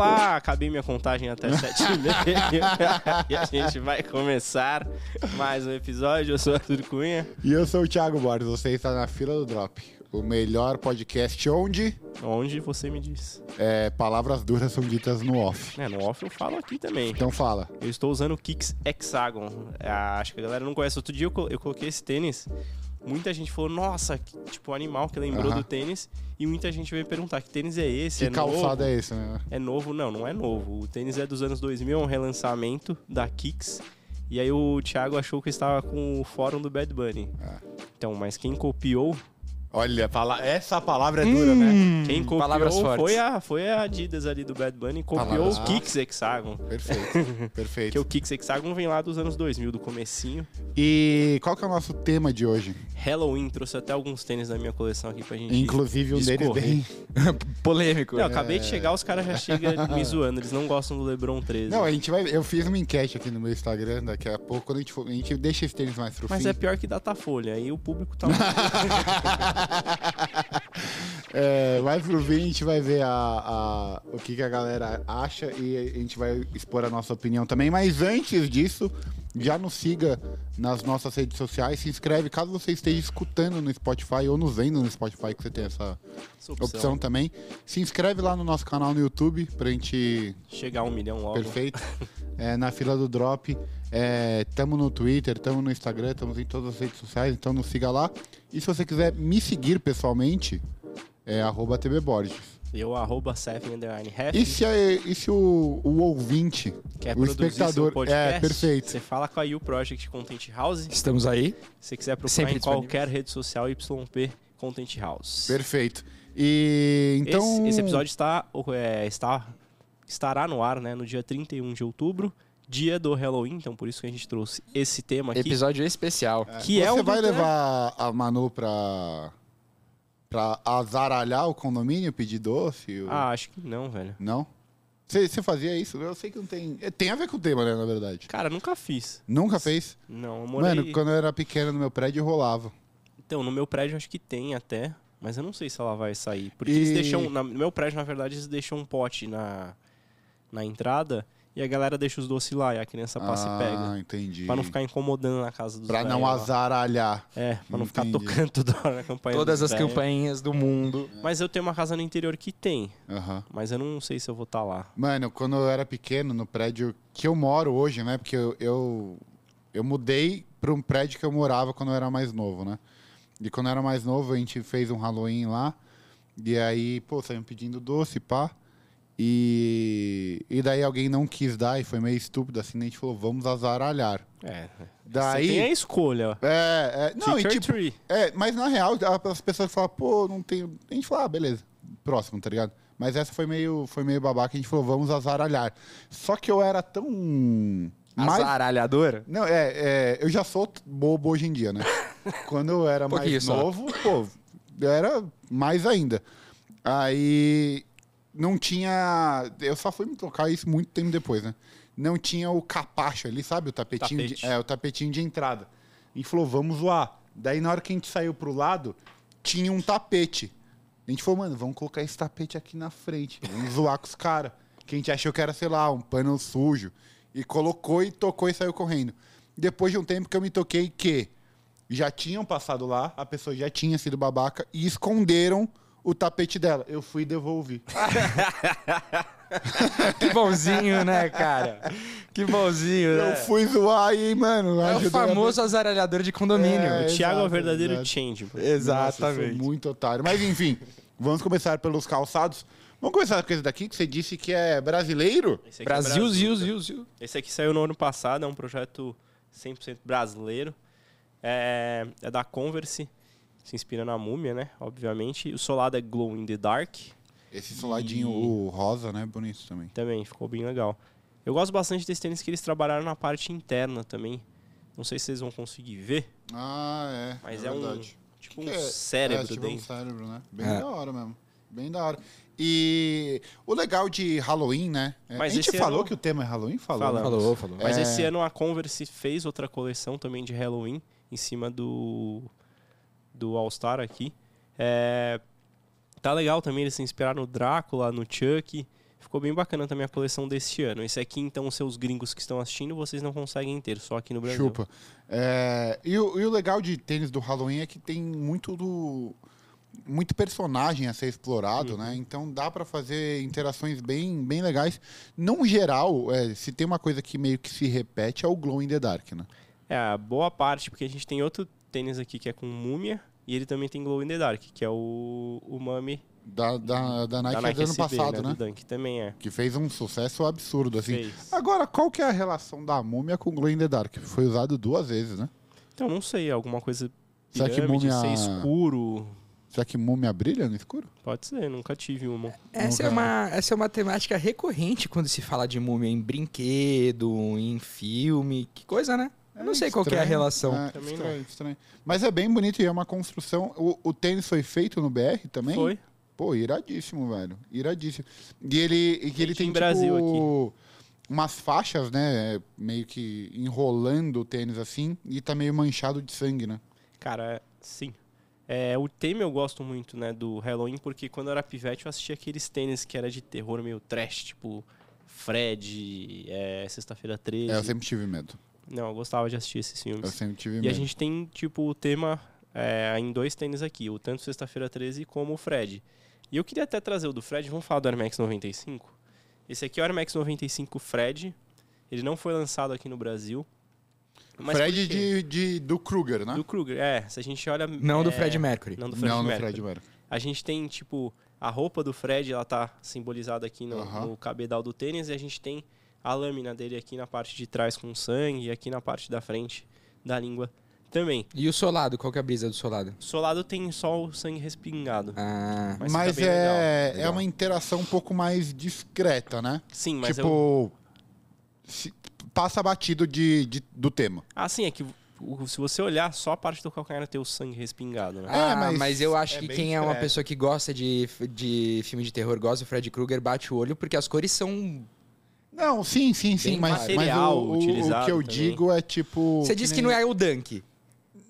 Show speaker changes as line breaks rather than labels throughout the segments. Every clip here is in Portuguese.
acabei minha contagem até sete e meia. e a gente vai começar mais um episódio. Eu sou Arthur Cunha.
E eu sou o Thiago Borges, você está na fila do Drop. O melhor podcast onde
Onde você me diz?
é, palavras duras são ditas no off.
É, no off eu falo aqui também.
Então fala.
Eu estou usando o Kicks Hexagon. É, acho que a galera não conhece. Outro dia eu, co- eu coloquei esse tênis. Muita gente falou, nossa, que, tipo, animal que lembrou
Aham.
do tênis. E muita gente veio perguntar, que tênis é esse?
Que
é
calçado
novo?
é esse, né?
É novo? Não, não é novo. O tênis é dos anos 2000, é um relançamento da Kicks. E aí o Thiago achou que eu estava com o fórum do Bad Bunny.
Ah.
Então, mas quem copiou,
Olha, fala... essa palavra é dura, né?
quem
Hum. palavras
copiou
fortes.
foi a, foi a Adidas ali do Bad Bunny, copiou
Palavras
o
fortes.
Kicks Hexagon.
Perfeito,
Porque
perfeito.
o Kicks Hexagon vem lá dos anos 2000, do comecinho.
E qual que é o nosso tema de hoje?
Halloween, trouxe até alguns tênis da minha coleção aqui pra gente.
Inclusive um deles
discorrer.
bem...
Polêmico. né?
Não, eu acabei de
É.
chegar, os caras já chegam me zoando. Eles não gostam do LeBron 13.
Não, é a gente vai... Eu fiz uma enquete aqui no meu Instagram daqui a pouco. Quando a gente for... A gente deixa esse tênis mais pro
Mas
fim.
é pior que Datafolha, aí o público tá maluco.
É, mais pro fim a gente vai ver a, a- o que, que a galera acha e a gente vai expor a nossa opinião também. Mas antes disso, já nos siga nas nossas redes sociais, se inscreve caso você esteja escutando no Spotify ou nos vendo no Spotify que você tem essa
essa
opção, também. Se inscreve lá no nosso canal no YouTube pra gente
Chegar a um milhão logo.
Perfeito. É, na fila do drop. É, tamo no Twitter, tamo no Instagram, estamos em todas as redes sociais, então nos siga lá. E se você quiser me seguir pessoalmente, é arroba TB Borges.
Eu, arroba Seth Underline Ref,
E se, a- e se o, o ouvinte,
quer
o
produzir
espectador.
seu podcast,
é, perfeito.
você fala com a U Project Content House. Se
Estamos aí.
você quiser procurar
Sempre
em qualquer rede social, YP Content House.
Perfeito. E então.
Esse, esse episódio está, é, está- estará no ar, né? No dia 31 de outubro, dia do Halloween, então por isso que a gente trouxe esse tema aqui.
Episódio especial.
Que
você
é o
vai
do-
levar a Manu pra. pra azaralhar o condomínio, pedir doce? o-
Ah, acho que não, velho.
Não? Você você fazia isso? Eu sei que não tem. é, Tem a ver com o tema, né, na verdade.
Cara, nunca fiz.
Nunca fez?
Não, eu morei...
Mano, quando eu era pequeno no meu prédio rolava.
Então, no meu prédio acho que tem até, mas eu não sei se ela vai sair. Porque
E-
eles deixam... na- no meu prédio, na verdade, eles deixam um pote na, na entrada e a galera deixa os doces lá e a criança passa e Tá pega.
Ah, entendi.
Pra não ficar incomodando na casa dos
Pra não
velhos lá.
azaralhar.
É, pra não ficar
Entendi.
tocando toda hora na campanha
Todas
dos
as
velhos.
campainhas do mundo.
Mas eu tenho uma casa no interior que tem,
Aham.
mas eu não sei se eu vou estar lá.
Mano, quando eu era pequeno no prédio que eu moro hoje, né? Porque eu, eu, eu mudei pra um prédio que eu morava quando eu era mais novo, né? E quando eu era mais novo, a gente fez um Halloween lá. E aí, pô, saíam pedindo doce, pá. E, e daí alguém não quis dar e foi meio estúpido assim. né, A gente falou, vamos azaralhar.
É.
Daí.
Você tem a escolha.
É, é, não, e
Trick or
tipo,
treat.
É, mas na real, a- as pessoas falam, pô, não tenho. A gente fala, ah, beleza, próximo, tá ligado? Mas essa foi meio, foi meio babaca, a gente falou, vamos azaralhar. Só que eu era tão. mais-
Azaralhadora?
Não, é, é, eu já sou t- bobo hoje em dia, né? Quando eu era
Pouquinho
mais
só.
novo, pô, eu era mais ainda. Aí não tinha. Eu só fui me tocar isso muito tempo depois, né? Não tinha o capacho ali, sabe? O tapetinho, de,
Tapete.
é, o tapetinho de entrada. E falou, vamos zoar. Daí na hora que a gente saiu pro lado, tinha um tapete. A gente falou, mano, vamos colocar esse tapete aqui na frente. Vamos zoar com os caras. Que a gente achou que era, sei lá, um pano sujo. E colocou e tocou e saiu correndo. Depois de um tempo que eu me toquei que já tinham passado lá, a pessoa já tinha sido babaca e esconderam o tapete dela. Eu fui e devolvi.
Que bonzinho, né, cara? Que bonzinho, né?
Eu fui zoar e, mano,
É o
ajudou a-
famoso azaralhador de condomínio.
O
É,
Thiago é o
exato,
verdadeiro
exato.
change. mano.
Nossa, eu sou muito otário. Mas enfim, vamos começar pelos calçados. Vamos começar com esse daqui que você disse que é brasileiro.
Esse aqui é
Brasil,
Brasil.
ziu, ziu, ziu.
Esse aqui saiu no ano passado, é um projeto 100% brasileiro. É, é da Converse, se inspira na múmia, né? Obviamente. O solado é Glow in the Dark,
Esse soladinho, o rosa, né? Bonito também.
também ficou bem legal. Eu gosto bastante desse tênis que eles trabalharam na parte interna também. Não sei se vocês vão conseguir ver,
Ah, é.
mas é,
é
um,
verdade.
tipo
Que
um
que é?
cérebro
é, tipo um
dentro.
cérebro, né? Bem
É.
da hora mesmo. Bem da hora. E o legal de Halloween, né? É,
Mas
a gente
esse
falou
ano-
que o tema é Halloween? Falou.
Falamos.
né?
Falou, falou.
Mas
É.
esse ano a Converse fez outra coleção também de Halloween em cima do do All Star aqui. É, tá legal também eles se inspiraram no Drácula, no Chuck, Ficou bem bacana também a coleção deste ano. Esse aqui, então, seus gringos que estão assistindo, vocês não conseguem ter, só aqui no Brasil.
Chupa. É, e, o, e o legal de tênis do Halloween é que tem muito do. Muito personagem a ser explorado,
Uhum.
né? Então dá pra fazer interações bem, bem legais. Não geral, é, se tem uma coisa que meio que se repete é o Glow in the Dark, né?
É, a boa parte, porque a gente tem outro tênis aqui que é com múmia, e ele também tem Glow in the Dark, que é o, o Mami
Da, da, da Nike,
Uhum. da Nike
do ano
SB,
passado,
né?
né?
Do Dunk também é.
Que fez um sucesso absurdo, assim.
Fez.
Agora, qual que é a relação da múmia com Glow in the Dark? Foi usado duas vezes, né?
Então, não sei, alguma coisa
Será que
pirâmide,
múmia-
ser escuro.
Será que múmia brilha no escuro?
Pode ser, nunca tive uma.
Essa é,
Nunca-
uma, essa é uma temática recorrente quando se fala de múmia em brinquedo, em filme, que coisa, né? Eu não sei qual que é a
Estranho.
relação.
É,
Também
estranho, estranho. Mas é bem bonito e é uma construção. O, o tênis foi feito no BR também?
Foi?
Pô, iradíssimo, velho. Iradíssimo. E ele, e que ele
Made
tem
in Brasil
tipo, umas faixas, né? Meio que enrolando o tênis assim e tá meio manchado de sangue, né?
Cara, sim. É, o tema eu gosto muito, né, do Halloween, porque quando eu era pivete eu assistia aqueles tênis que era de terror meio trash, tipo Fred, é, Sexta-feira 13.
É, eu sempre tive medo.
Não, eu gostava de assistir esses
Eu
filmes.
sempre tive
E
medo.
a gente tem, tipo, o tema é, em dois tênis aqui, o tanto Sexta-feira 13 como o Fred. E eu queria até trazer o do Fred, vamos falar do Air Max 95? Esse aqui é o Air Max 95 Fred, ele não foi lançado aqui no Brasil. Mas
Fred
por quê?
de, de- do Kruger, né?
Do Kruger, é, se a gente olha...
Não do
é,
Fred Mercury.
Não do Fred
Não, do
Mercury.
Fred Mercury.
A gente tem, tipo, a roupa do Fred, ela tá simbolizada aqui no,
Aham.
no cabedal do tênis, e a gente tem a lâmina dele aqui na parte de trás com sangue, e aqui na parte da frente da língua também.
E o solado, qual que é a brisa do solado?
Solado tem só o sangue respingado.
Ah,
Mas
Mas,
fica bem
é,
legal.
é uma interação um pouco mais discreta, né?
Sim, mas eu...
tipo, se- passa batido de, de- do tema.
Ah, sim, é que o- se você olhar, só a parte do calcanhar tem o sangue respingado, né?
Ah,
É,
mas,
mas
eu acho
é
que
bem
quem é uma
discreto.
pessoa que gosta de, f- de filme de terror, gosta do Fred Krueger, bate o olho, porque as cores são.
Não, sim, sim, sim.
Tem
mas mas
material
o, o- o
utilizado
que eu
também.
digo é tipo.
Você disse que não é o Dunk.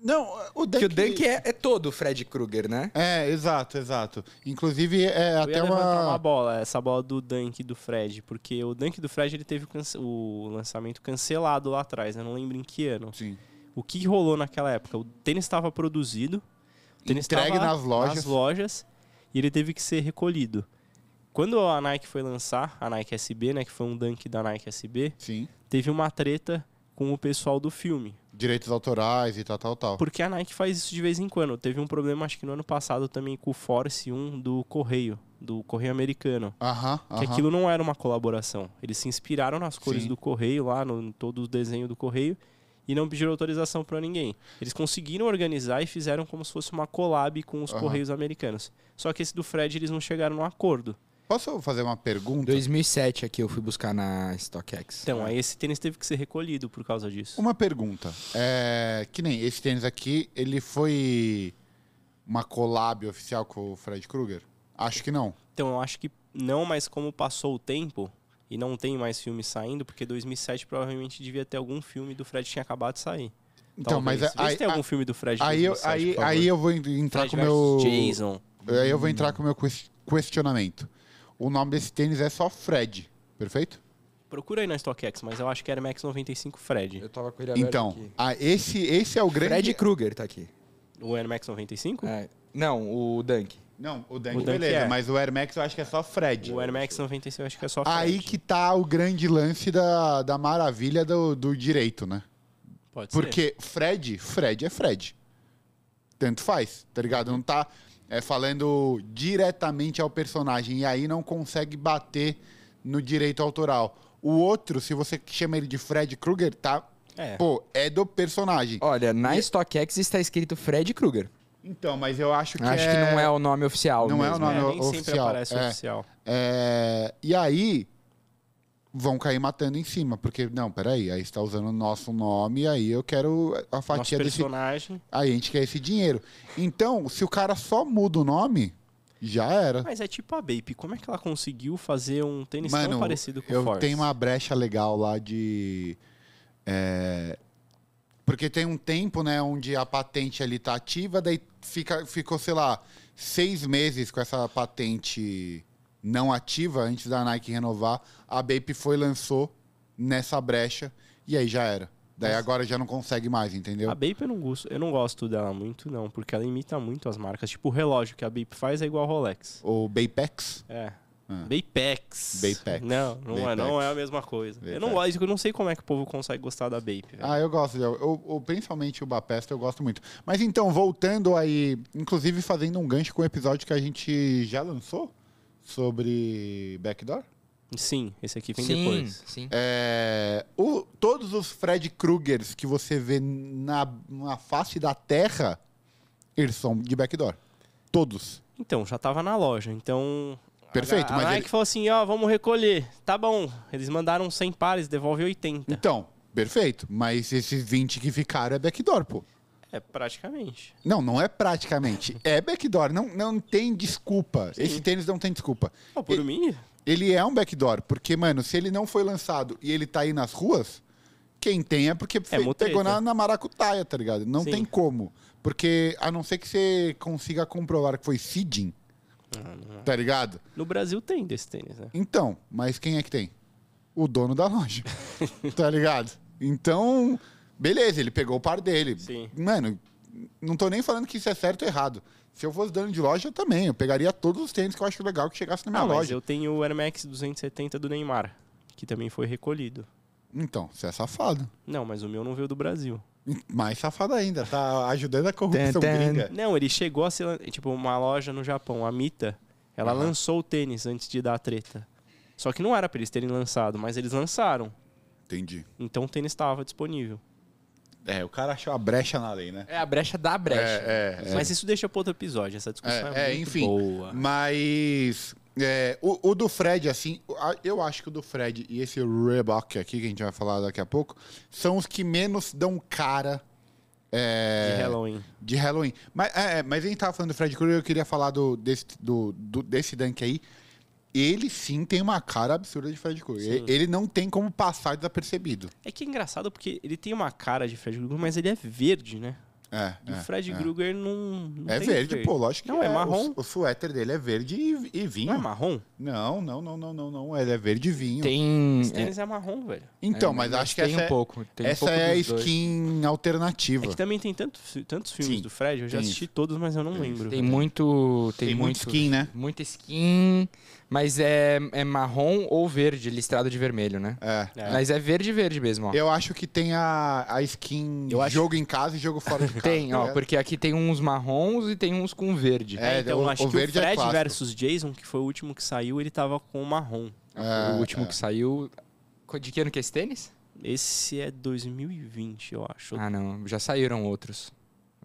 Não, o Dunk.
Que o Dunk é, é todo o Fred Krueger, né?
É, exato, exato. Inclusive, é
Eu
até
ia levantar
uma.
uma bola, essa bola do dunk do Fred, porque o dunk do Fred ele teve o cance- o lançamento cancelado lá atrás, né? eu não lembro em que ano.
Sim.
O que rolou naquela época? O tênis estava produzido, o tênis
Entregue
tava
nas lojas.
nas lojas, e ele teve que ser recolhido. Quando a Nike foi lançar, a Nike SB, né, que foi um dunk da Nike SB,
Sim.
teve uma treta com o pessoal do filme.
Direitos autorais e tal, tal, tal.
Porque a Nike faz isso de vez em quando. Teve um problema, acho que no ano passado também, com o Force 1 do Correio, do Correio Americano.
Aham,
Que
aham.
aquilo não era uma colaboração. Eles se inspiraram nas cores
Sim.
do correio, lá no em todo o desenho do correio, e não pediram autorização pra ninguém. Eles conseguiram organizar e fizeram como se fosse uma collab com os
Aham.
correios americanos. Só que esse do Fred eles não chegaram a um acordo.
Posso fazer uma
Em
pergunta?
2007 aqui eu fui buscar na
Ah,
StockX.
Então, aí esse tênis teve que ser recolhido por causa disso.
Uma pergunta. É, que nem esse tênis aqui, ele foi uma collab oficial com o Fred Krueger? Acho que não.
Então, eu acho que não, mas como passou o tempo e não tem mais filme saindo, porque 2007 provavelmente devia ter algum filme do Fred que tinha acabado de sair.
Então,
Talvez.
mas
Vê se
aí,
tem algum filme do Fred de
aí, eu,
2007,
aí,
por favor.
aí eu vou en- entrar
Fred
com o meu.
versus Jason.
Aí eu vou entrar com o meu ques- questionamento. O nome desse tênis é só Fred, perfeito?
Procura aí na StockX, mas eu acho que era Max 95 Fred.
Eu tava com ele aberto
Então,
aqui.
a- esse, esse é o grande.
Fred Krueger tá aqui.
O Air Max 95?
É, não, o Dunk.
Não, o Dunk,
O Dunk
beleza,
é.
mas o Air Max eu acho que é só Fred.
O Air Max 95 eu acho que é só Fred.
Aí que tá o grande lance da, da maravilha do, do direito, né?
Pode ser.
Porque Fred, Fred é Fred. Tanto faz, tá ligado? Não tá é, falando diretamente ao personagem. E aí não consegue bater no direito autoral. O outro, se você chama ele de Fred Krueger, tá.
É.
Pô, é do personagem.
Olha, na StockX está escrito Fred Krueger.
Então, mas eu acho que.
Acho que não é o nome oficial.
Não é o
mesmo.
É,
nome.
nem sempre
oficial,
aparece o
é.
oficial.
É, E aí. Vão cair matando em cima, porque, não, peraí, aí está usando o nosso nome, aí eu quero a
Nosso
fatia desse
personagem.
Aí a gente quer esse dinheiro. Então, se o cara só muda o nome, já era.
Mas é tipo a Bape. Como é que ela conseguiu fazer um tênis tão
Mano,
parecido com o
eu
Force?
tenho uma brecha legal lá de. é, Porque tem um tempo, né, onde a patente ali tá ativa, daí fica, ficou, sei lá, seis meses com essa patente não ativa antes da Nike renovar, a Bape foi e lançou nessa brecha e aí já era. Daí agora já não consegue mais, entendeu?
A Bape eu não gosto, eu não gosto dela muito, não, porque ela imita muito as marcas. Tipo, o relógio que a Bape faz é igual ao Rolex.
O Bapex.
É.
Ah.
Bapex.
Bapex.
Não, não é,
Bapex.
não é a mesma coisa. Eu não
Bapex.
gosto, eu não sei como é que o povo consegue gostar da Bape. velho.
Ah, eu gosto, de- eu, eu- principalmente o Bapesta eu gosto muito. Mas então, voltando aí, inclusive fazendo um gancho com o episódio que a gente já lançou sobre backdoor.
Sim, esse aqui vem
sim,
depois.
sim.
É, o- todos os Fred Krugers que você vê na, na face da terra, eles são de backdoor. Todos.
Então, já tava na loja, então. a-
Perfeito,
a,
mas
Nike
ele-
falou assim: ó, vamos recolher. Tá bom. Eles mandaram 100 pares, devolve 80.
Então, perfeito. Mas esses 20 que ficaram é backdoor, pô.
É, praticamente.
Não, não é praticamente. É backdoor. Não, não tem desculpa. Esse tênis não tem desculpa.
Ó, por mim,
Ele é um backdoor, porque, mano, se ele não foi lançado e ele tá aí nas ruas, quem tem é porque fe-
mó
pegou
treta.
na, na maracutaia, tá ligado? Não
Sim.
tem como. Porque, a não ser que você consiga comprovar que foi seeding,
Uhum.
tá ligado?
no Brasil tem desse tênis, né?
Então, mas quem é que tem? O dono da loja, tá ligado? Então, beleza, ele pegou o par dele.
Sim.
Mano, não tô nem falando que isso é certo ou errado. Se eu fosse dono de loja, eu também. Eu pegaria todos os tênis que eu acho legal que chegasse na minha
Ah, mas
loja.
eu tenho o Air Max 270 do Neymar, que também foi recolhido.
Então, você é safado.
Não, mas o meu não veio do Brasil.
Mais safado ainda, tá ajudando a corrupção
Tan, tan.
gringa.
Não, ele chegou a ser. lan- Tipo, uma loja no Japão, a Mita, ela
Aham.
lançou o tênis antes de dar a treta. Só que não era pra eles terem lançado, mas eles lançaram.
Entendi.
Então o tênis estava disponível.
É, o cara achou a brecha na lei, né?
É a brecha da brecha.
É, é, é.
Mas isso deixa pra outro episódio, essa discussão é,
É, é,
muito
enfim.
boa.
Mas é, o, o do Fred, assim, o- a- eu acho que o do Fred e esse Reebok aqui, que a gente vai falar daqui a pouco, são os que menos dão cara é,
De Halloween.
de Halloween. Mas, é, é, mas a gente tava falando do Fred Krueger, eu queria falar do, desse, do, do- desse Dunk aí. Ele sim tem uma cara absurda de Fred Krueger.
Sim.
Ele não tem como passar desapercebido.
É que é engraçado porque ele tem uma cara de Fred Krueger, mas ele é verde, né?
É,
E o
é,
Fred
é.
Krueger não, não
É
tem
verde, pô, lógico que
Não, é
o
marrom.
su- O, suéter dele é verde e, e vinho.
Não é marrom?
Não, não, não, não, não, não. Ele é verde e vinho.
Tem.
Esse tênis é marrom, velho.
Então, mas, acho que
tem
essa,
um pouco. Tem
essa
um pouco
é a
dos dois.
skin alternativa.
É que também tem tanto, tantos filmes
Sim,
do Fred, eu já
tem
assisti todos, mas eu não
Tem
lembro.
Tem muito. Tem, muito.
skin, né?
Muita skin. Mas é, é marrom ou verde, listrado de vermelho, né?
É.
É.
Mas é verde verde mesmo, ó.
Eu acho que tem a, a skin
Eu acho-
jogo em casa e jogo fora de casa.
Tem,
tá
ó,
ligado?
porque aqui tem uns marrons e tem uns com verde.
É,
É,
então
o-
acho
o
que o
verde é
Fred
clássico.
versus Jason, que foi o último que saiu, ele tava com o marrom.
É,
o último
é.
que saiu. Co- De que ano que é esse tênis?
Esse é 2020, eu acho.
Ah, não. Já saíram outros.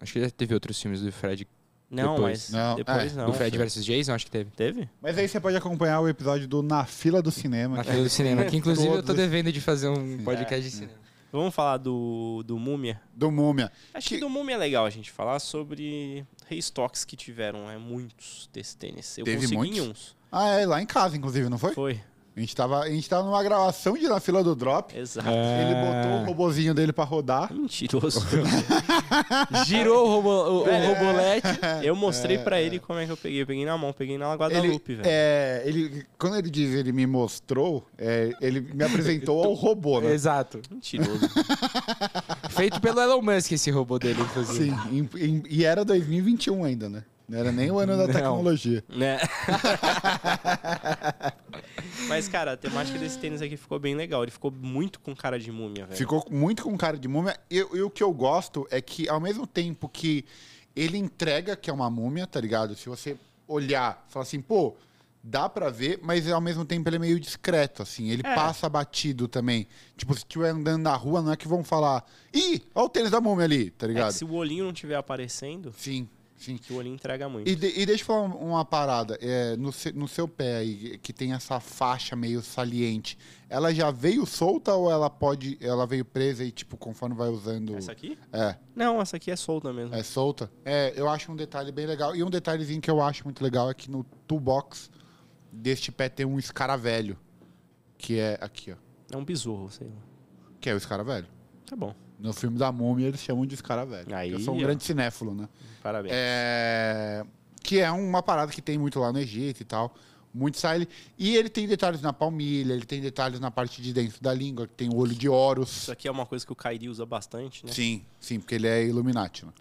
Acho que já teve outros filmes do Fred.
não, mas
depois.
Não,
depois
é,
não.
do Fred vs Jason, acho que teve.
Teve?
Mas aí você pode acompanhar o episódio do Na Fila do Cinema. é
Na fila do cinema. Que inclusive eu
Todos
tô
esses-
devendo de fazer um podcast de cinema.
Vamos falar do, do Múmia?
Do Múmia.
Acho
Que-
que do Múmia é legal a gente falar sobre restocks que tiveram, né? Muitos desse tênis. Eu
Teve
consegui
muitos?
uns.
Ah, é, lá em casa, inclusive, não foi?
Foi?
A, gente tava, a gente tava numa gravação de Na Fila do Drop.
Exato.
É.
Ele botou o robozinho dele pra rodar.
Mentiroso.
Girou o, robo, o, o
É.
robolete.
eu mostrei pra ele como é que eu peguei. Eu peguei na mão, peguei Tá na Guadalupe,
ele,
velho.
é, ele, quando ele diz ele me mostrou, é, ele me apresentou ao robô, né?
Exato.
Mentiroso.
Feito pelo Elon Musk esse robô dele, inclusive.
Sim, em- em- e era 2021 ainda, né? Não era nem o ano da
Não.
tecnologia.
né? Mas, cara, a temática desse tênis aqui ficou bem legal. Ele ficou muito com cara de múmia, velho.
Ficou muito com cara de múmia. E, e o que eu gosto é que, ao mesmo tempo que ele entrega que é uma múmia, tá ligado? Se você olhar, falar assim, pô, dá pra ver, mas ao mesmo tempo ele é meio discreto, assim. Ele
É.
passa batido também. Tipo, se estiver andando na rua, não é que vão falar, ih, olha o tênis da múmia ali, tá
É que
ligado?
se o olhinho não tiver aparecendo,
Sim, sim.
que o olhinho entrega muito.
E, de- e deixa eu falar um- uma parada. É, no, se- no seu pé aí, que tem essa faixa meio saliente, ela já veio solta ou ela pode. Ela veio presa e, tipo, conforme vai usando.
Essa aqui?
É,
Não, essa aqui é solta mesmo.
é solta. É, eu acho um detalhe bem legal. E um detalhezinho que eu acho muito legal é que no toolbox deste pé tem um escaravelho. Que é aqui, ó.
É um besouro, sei lá.
Que é o escaravelho.
Tá bom.
No filme da Múmia eles chamam de escaravelho.
Aí,
eu sou um
ó.
grande cinéfilo, né?
Parabéns.
um, É, que é uma parada que tem muito lá no Egito e tal. Muito style. E ele tem detalhes na palmilha, ele tem detalhes na parte de dentro da língua, que tem o olho de Horus.
Isso aqui é uma coisa que o Kairi usa bastante, né?
Sim, sim, porque ele é Illuminati, né?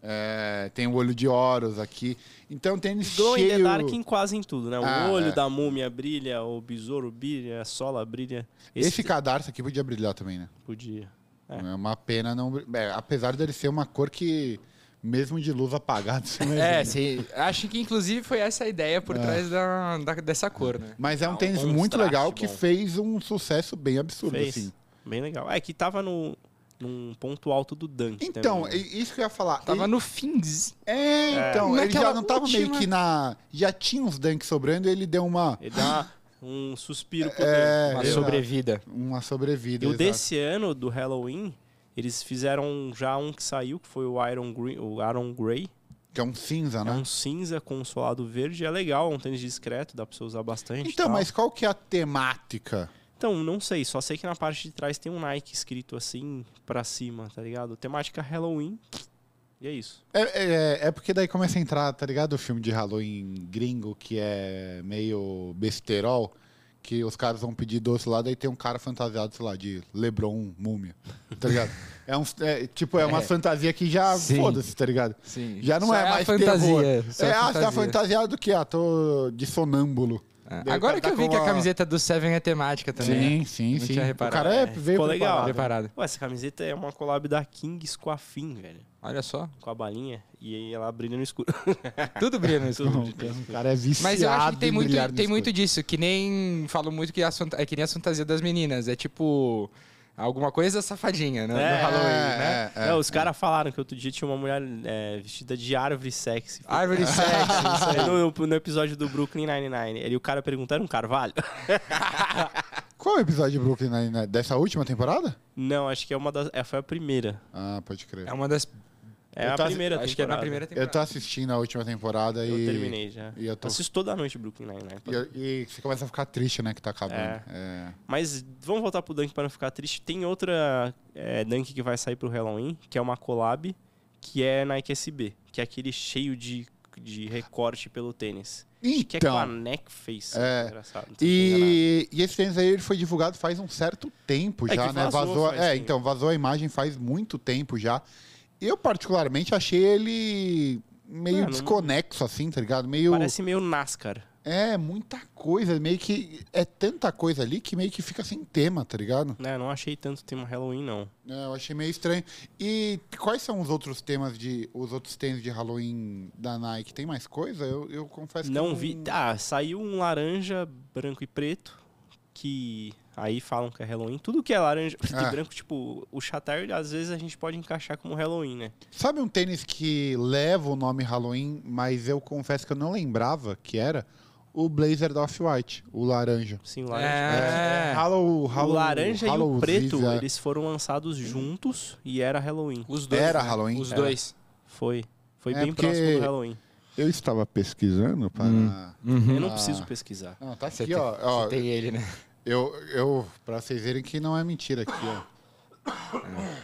É, tem o olho de Horus aqui. Então, tênis
Glow in the
cheio...
Dark em quase em tudo, né? O
Ah,
olho
é.
da múmia brilha, o besouro brilha, a sola brilha.
Esse,
Esse,
cadarço aqui podia brilhar também, né?
podia. É.
É uma pena não... bri- é, apesar dele ser uma cor que, mesmo de luz apagada, você não
É,
vê.
sim. Acho que inclusive foi essa a ideia
É.
por trás da, da- dessa cor, né?
Mas é um
Ah, um
tênis
contraste
muito legal que
bom.
fez um sucesso bem absurdo,
Fez.
assim.
Bem legal. É que tava no, num ponto alto do Dunk
Então,
também, né?
e- isso que eu ia falar.
Tava
Ele-
no finzinho.
É, então, ele
Naquela
já não tava meio
última-
que na... Já tinha uns dunks sobrando e ele deu uma,
Ele dá um suspiro pro
É,
Dunk.
Uma
exato.
sobrevida.
uma
E
sobrevida.
o
exato.
desse ano, do Halloween, eles fizeram já um que saiu, que foi o Iron, Green, o Iron Grey.
Que é um cinza,
É
né?
um cinza com um solado verde. É legal, é um tênis discreto, dá pra você usar bastante. e
Então,
tal.
mas qual que é a temática?
Então, não sei, só sei que na parte de trás tem um Nike escrito assim pra cima, tá ligado? Temática Halloween. E é isso.
É, é- é porque daí começa a entrar, tá ligado? O filme de Halloween gringo que é meio besterol, que os caras vão pedir doce lá, daí tem um cara fantasiado, sei lá, de Lebron Múmia, tá ligado? É um, é, tipo, é uma
É.
fantasia que já
Sim.
foda-se, tá ligado?
Sim.
Já não
Só
é mais
a fantasia.
terror.
só
é,
a
ah, você tá fantasiado do que? Ah, tô de sonâmbulo.
Ah,
Daí o
Agora
cara
que eu
tá
vi
com
que a
uma-
camiseta do Seven é temática também.
Sim, sim,
Não
sim.
tinha
O
reparado.
cara é, veio
Ficou legal.
preparado.
Preparada.
Ué, essa camiseta é uma collab da Kings com a Fim, velho.
Olha só.
Com a balinha. E aí ela brilha no escuro.
Tudo brilha no escuro.
O cara é viciado
Mas eu acho que tem
em
muito,
brilhar no
tem
escuro.
muito disso, que nem falo muito que as fanta- é que nem a fantasia das meninas. É tipo alguma coisa safadinha, né?
É,
no Halloween, né?
É,
É,
é, é.
os caras falaram que outro dia tinha uma mulher é, vestida de árvore sexy. É,
Árvore
É.
sexy.
Isso aí no, no episódio do Brooklyn Nine-Nine. Ele o cara perguntou, era um carvalho?
Qual é o episódio de Brooklyn Nine-Nine? Dessa última temporada?
Não, acho que é uma das. É, foi a primeira.
Ah, pode crer.
É uma das.
É
Eu
a
tô-
primeira
acho que é na
temporada.
primeira
Eu
temporada.
tô assistindo a última temporada
Eu
e.
terminei já.
E eu tô-
Assisto toda noite Brooklyn Nine-Nine.
E, eu- e você começa a ficar triste, né? Que tá acabando.
É.
É.
Mas vamos voltar pro Dunk pra não ficar triste. Tem outra é, Dunk que vai sair pro Halloween, que é uma collab, que é Nike SB, que é aquele cheio de, de recorte pelo tênis. Que é com a
Então.
Neck Face.
É.
Engraçado. não sei se tô enganado.
E, e esse tênis aí ele foi divulgado faz um certo tempo
É,
já,
que
né?
vazou
Vazou,
faz
é,
tempo.
então, vazou a imagem faz muito tempo já. Eu, particularmente, achei ele meio
É, não-
desconexo, assim, tá ligado? Meio.
Parece meio NASCAR.
É, muita coisa. Meio que. É tanta coisa ali que meio que fica sem tema, tá ligado?
Né? Não achei tanto tema Halloween, não.
É, eu achei meio estranho. E quais são os outros temas de. Os outros tênis de Halloween da Nike? Tem mais coisa? Eu, eu confesso que. eu
não vi. Ah, saiu um laranja, branco e preto, que aí falam que é Halloween. Tudo que é laranja
Ah.
e branco, tipo, o Chatter, às vezes a gente pode encaixar como Halloween, né?
Sabe um tênis que leva o nome Halloween, mas eu confesso que eu não lembrava que era? O blazer da Off-White, o laranja.
Sim,
É,
assim, laranja.
Hallow,
o
Hallow-
laranja e
Hallow
o preto,
Ziza.
eles foram lançados juntos e era Halloween.
Os dois.
Era
né?
Halloween.
Os
Era.
dois.
Foi. Foi
É
bem
porque-
próximo do Halloween.
Eu estava pesquisando para.
Hum.
Uhum.
Eu não
Ah.
preciso pesquisar.
Não, tá
Você
aqui,
tem-
ó. ó,
Você tem ele, né?
Eu, eu, pra vocês verem que não é mentira aqui, ó.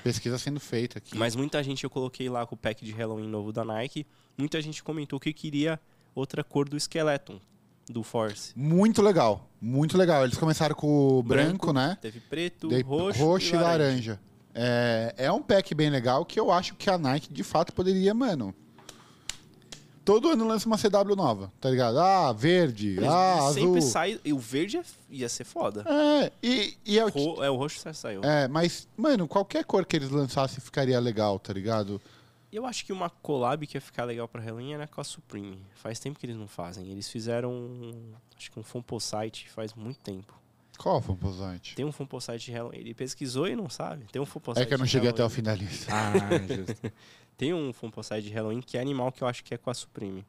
Pesquisa sendo feita aqui.
É. Mas muita gente eu coloquei lá com o pack de Halloween novo da Nike. Muita gente comentou que queria outra cor do Skeleton, do Force.
Muito legal, muito legal. Eles começaram com o branco, né?
Teve preto,
Daí
roxo,
e laranja. É, é um pack bem legal que eu acho que a Nike de fato poderia, mano. Todo ano lança uma CW nova, tá ligado? Ah, verde,
Eles
ah,
sempre
azul.
sai. E o verde é- ia ser foda.
É, e, e é o que-
Ro- é, o roxo já saiu.
é, mas, mano, qualquer cor que eles lançassem ficaria legal, tá ligado?
Eu acho que uma collab que ia ficar legal pra Halloween era com a Supreme. Faz tempo que eles não fazem. Eles fizeram, um- acho que um Fomposite faz muito tempo.
Qual foi o posante?
Tem um Fomposite de Halloween. Ele pesquisou e não sabe. Tem um Fomposite
É que eu não
de
cheguei até o
Halloween.
fim da lista.
Ah, justo.
Tem um Fomposite de Halloween que é animal que eu acho que é com a Supreme.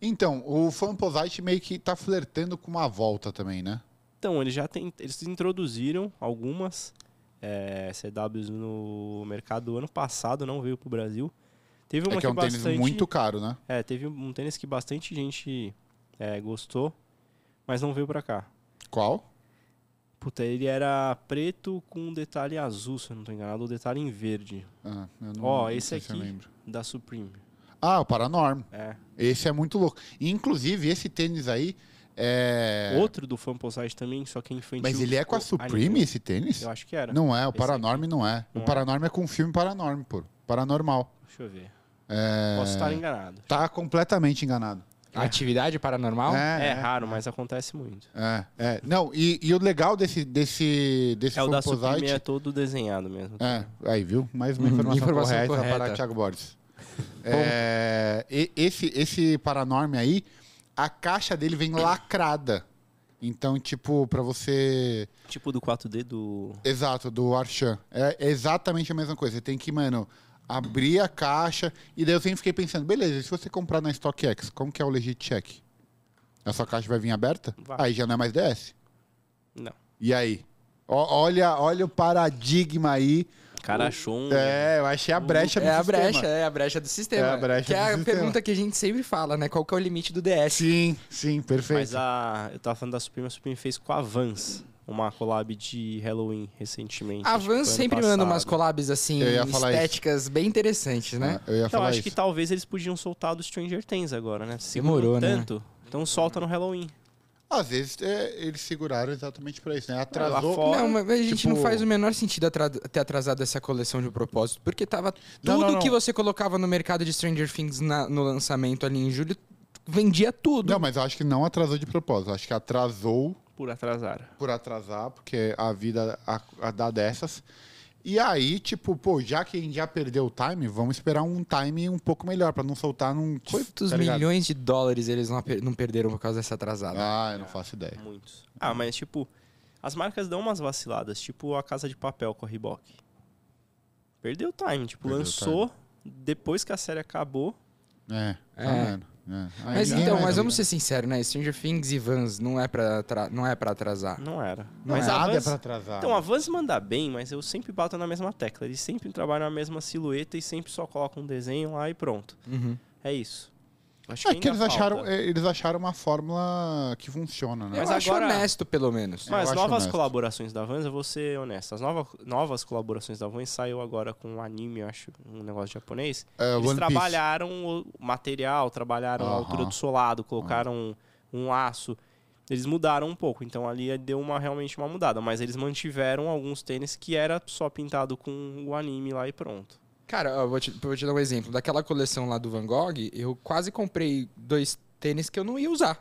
Então, o Fanposite meio que tá flertando com uma volta também, né?
Então, eles já tem, eles introduziram algumas eh, CWs no mercado ano passado, não veio pro Brasil. Teve uma
É que é um tênis
bastante...
muito caro, né?
É, teve um tênis que bastante gente é, gostou, mas não veio pra cá.
Qual?
Puta, ele era preto com um detalhe azul, se eu não tô enganado, ou detalhe em verde,
Ah, eu não-
Ó,
não
esse
sei se eu
aqui.
lembro.
da Supreme.
Ah, o Paranorm.
É.
Esse é muito louco. Inclusive, esse tênis aí É...
Outro do Famposite também, só que é infantil.
Mas ele é com a
tipo,
Supreme
anime.
esse tênis?
Eu acho que era.
Não é, o
Esse
Paranorme não é.
Não
o
é.
Paranorme é com o filme Paranorme, pô. Paranormal.
Deixa eu ver.
É...
Posso estar enganado.
Tá completamente enganado.
Atividade paranormal?
É,
É,
raro, mas acontece muito.
é, é. Não, e, e o legal desse desse desse
É o da
Fomposite-
Supreme, é todo desenhado mesmo.
um É, aí viu? Mais uma
Uhum,
informação,
informação
correta,
correta.
para Thiago Borges. É, e- esse, esse Paranorme aí, a caixa dele vem lacrada. Então, tipo, pra você...
Tipo do 4D do...
Exato, do Archan. É é exatamente a mesma coisa. Você tem que, mano, abrir a caixa. E daí eu sempre fiquei pensando, beleza, e se você comprar na StockX, como que é o legit check? A sua caixa vai vir aberta?
Vai.
Aí já não é mais DS.
Não.
E aí? Ó- olha, olha o paradigma aí.
O cara achou um...
É, eu achei a brecha do
É a
sistema.
brecha, é a brecha do sistema.
É a brecha
que é
do
a
sistema.
pergunta que a gente sempre fala, né? Qual que é o limite do DS?
Sim, sim, perfeito.
Mas a... Eu tava falando da Supreme, a Supreme fez com a Vans. Uma collab de Halloween recentemente.
A
acho que
Vans
foi ano
sempre manda
passado.
umas collabs, assim,
Eu ia falar
estéticas bem interessantes, né?
Ah, Eu ia
Então,
falar
acho que
isso.
talvez eles podiam soltar do Stranger Things agora, né?
Demorou, né?
tanto, Então solta no Halloween.
tá-
Às vezes é, eles seguraram exatamente pra isso, né? Atrasou.
fora-
Não, mas a gente não
Tipo-
faz o menor sentido atra- ter atrasado essa coleção de propósito, porque tava tudo
Não, não, não.
que você colocava no mercado de Stranger Things na- no lançamento ali em julho, vendia tudo.
Não, mas eu acho que não atrasou de propósito. Eu Acho que atrasou
Por atrasar.
por atrasar, porque a vida a, a dá dessas. E aí, tipo, pô, já que a gente já perdeu o time, vamos esperar um time um pouco melhor, pra não soltar num.
Quantos
tá ligado?
milhões de dólares eles não, aper- não perderam por causa dessa atrasada?
Ah, eu não faço ideia.
Muitos. Ah, mas tipo, as marcas dão umas vaciladas, tipo a Casa de Papel com a Reebok. Perdeu o time, tipo,
Perdeu o
lançou depois que a série acabou.
É,
É.
tá vendo? É. Aí
Mas
ninguém
então,
vai
mas
ver.
vamos ser sinceros, né? Stranger Things e Vans não é pra, atra- não é pra atrasar.
Não era.
Não,
mas a
nada é
Vans...
pra atrasar.
Então, a Vans manda bem, mas eu sempre bato na mesma tecla. Eles sempre trabalham a mesma silhueta e sempre só colocam um desenho lá e pronto.
Uhum.
É isso. Acho
É
ainda
que eles
falta.
acharam, é, eles acharam uma fórmula que funciona, né?
Mas
Mas eu acho
agora-
honesto, pelo menos.
é, Eu
Mas
acho
novas
honesto.
colaborações da Vans, eu vou ser honesto. As nova, novas colaborações da Vans saiu agora com um anime, eu acho, um negócio japonês.
É,
Eles
One Piece.
trabalharam o material, trabalharam a
Aham.
altura do solado, colocaram um laço. Eles mudaram um pouco, então ali deu uma realmente uma mudada, mas eles mantiveram alguns tênis que era só pintado com o anime lá e pronto.
Cara, ó, vou te, vou te dar um exemplo. Daquela coleção lá do Van Gogh, eu quase comprei dois tênis que eu não ia usar.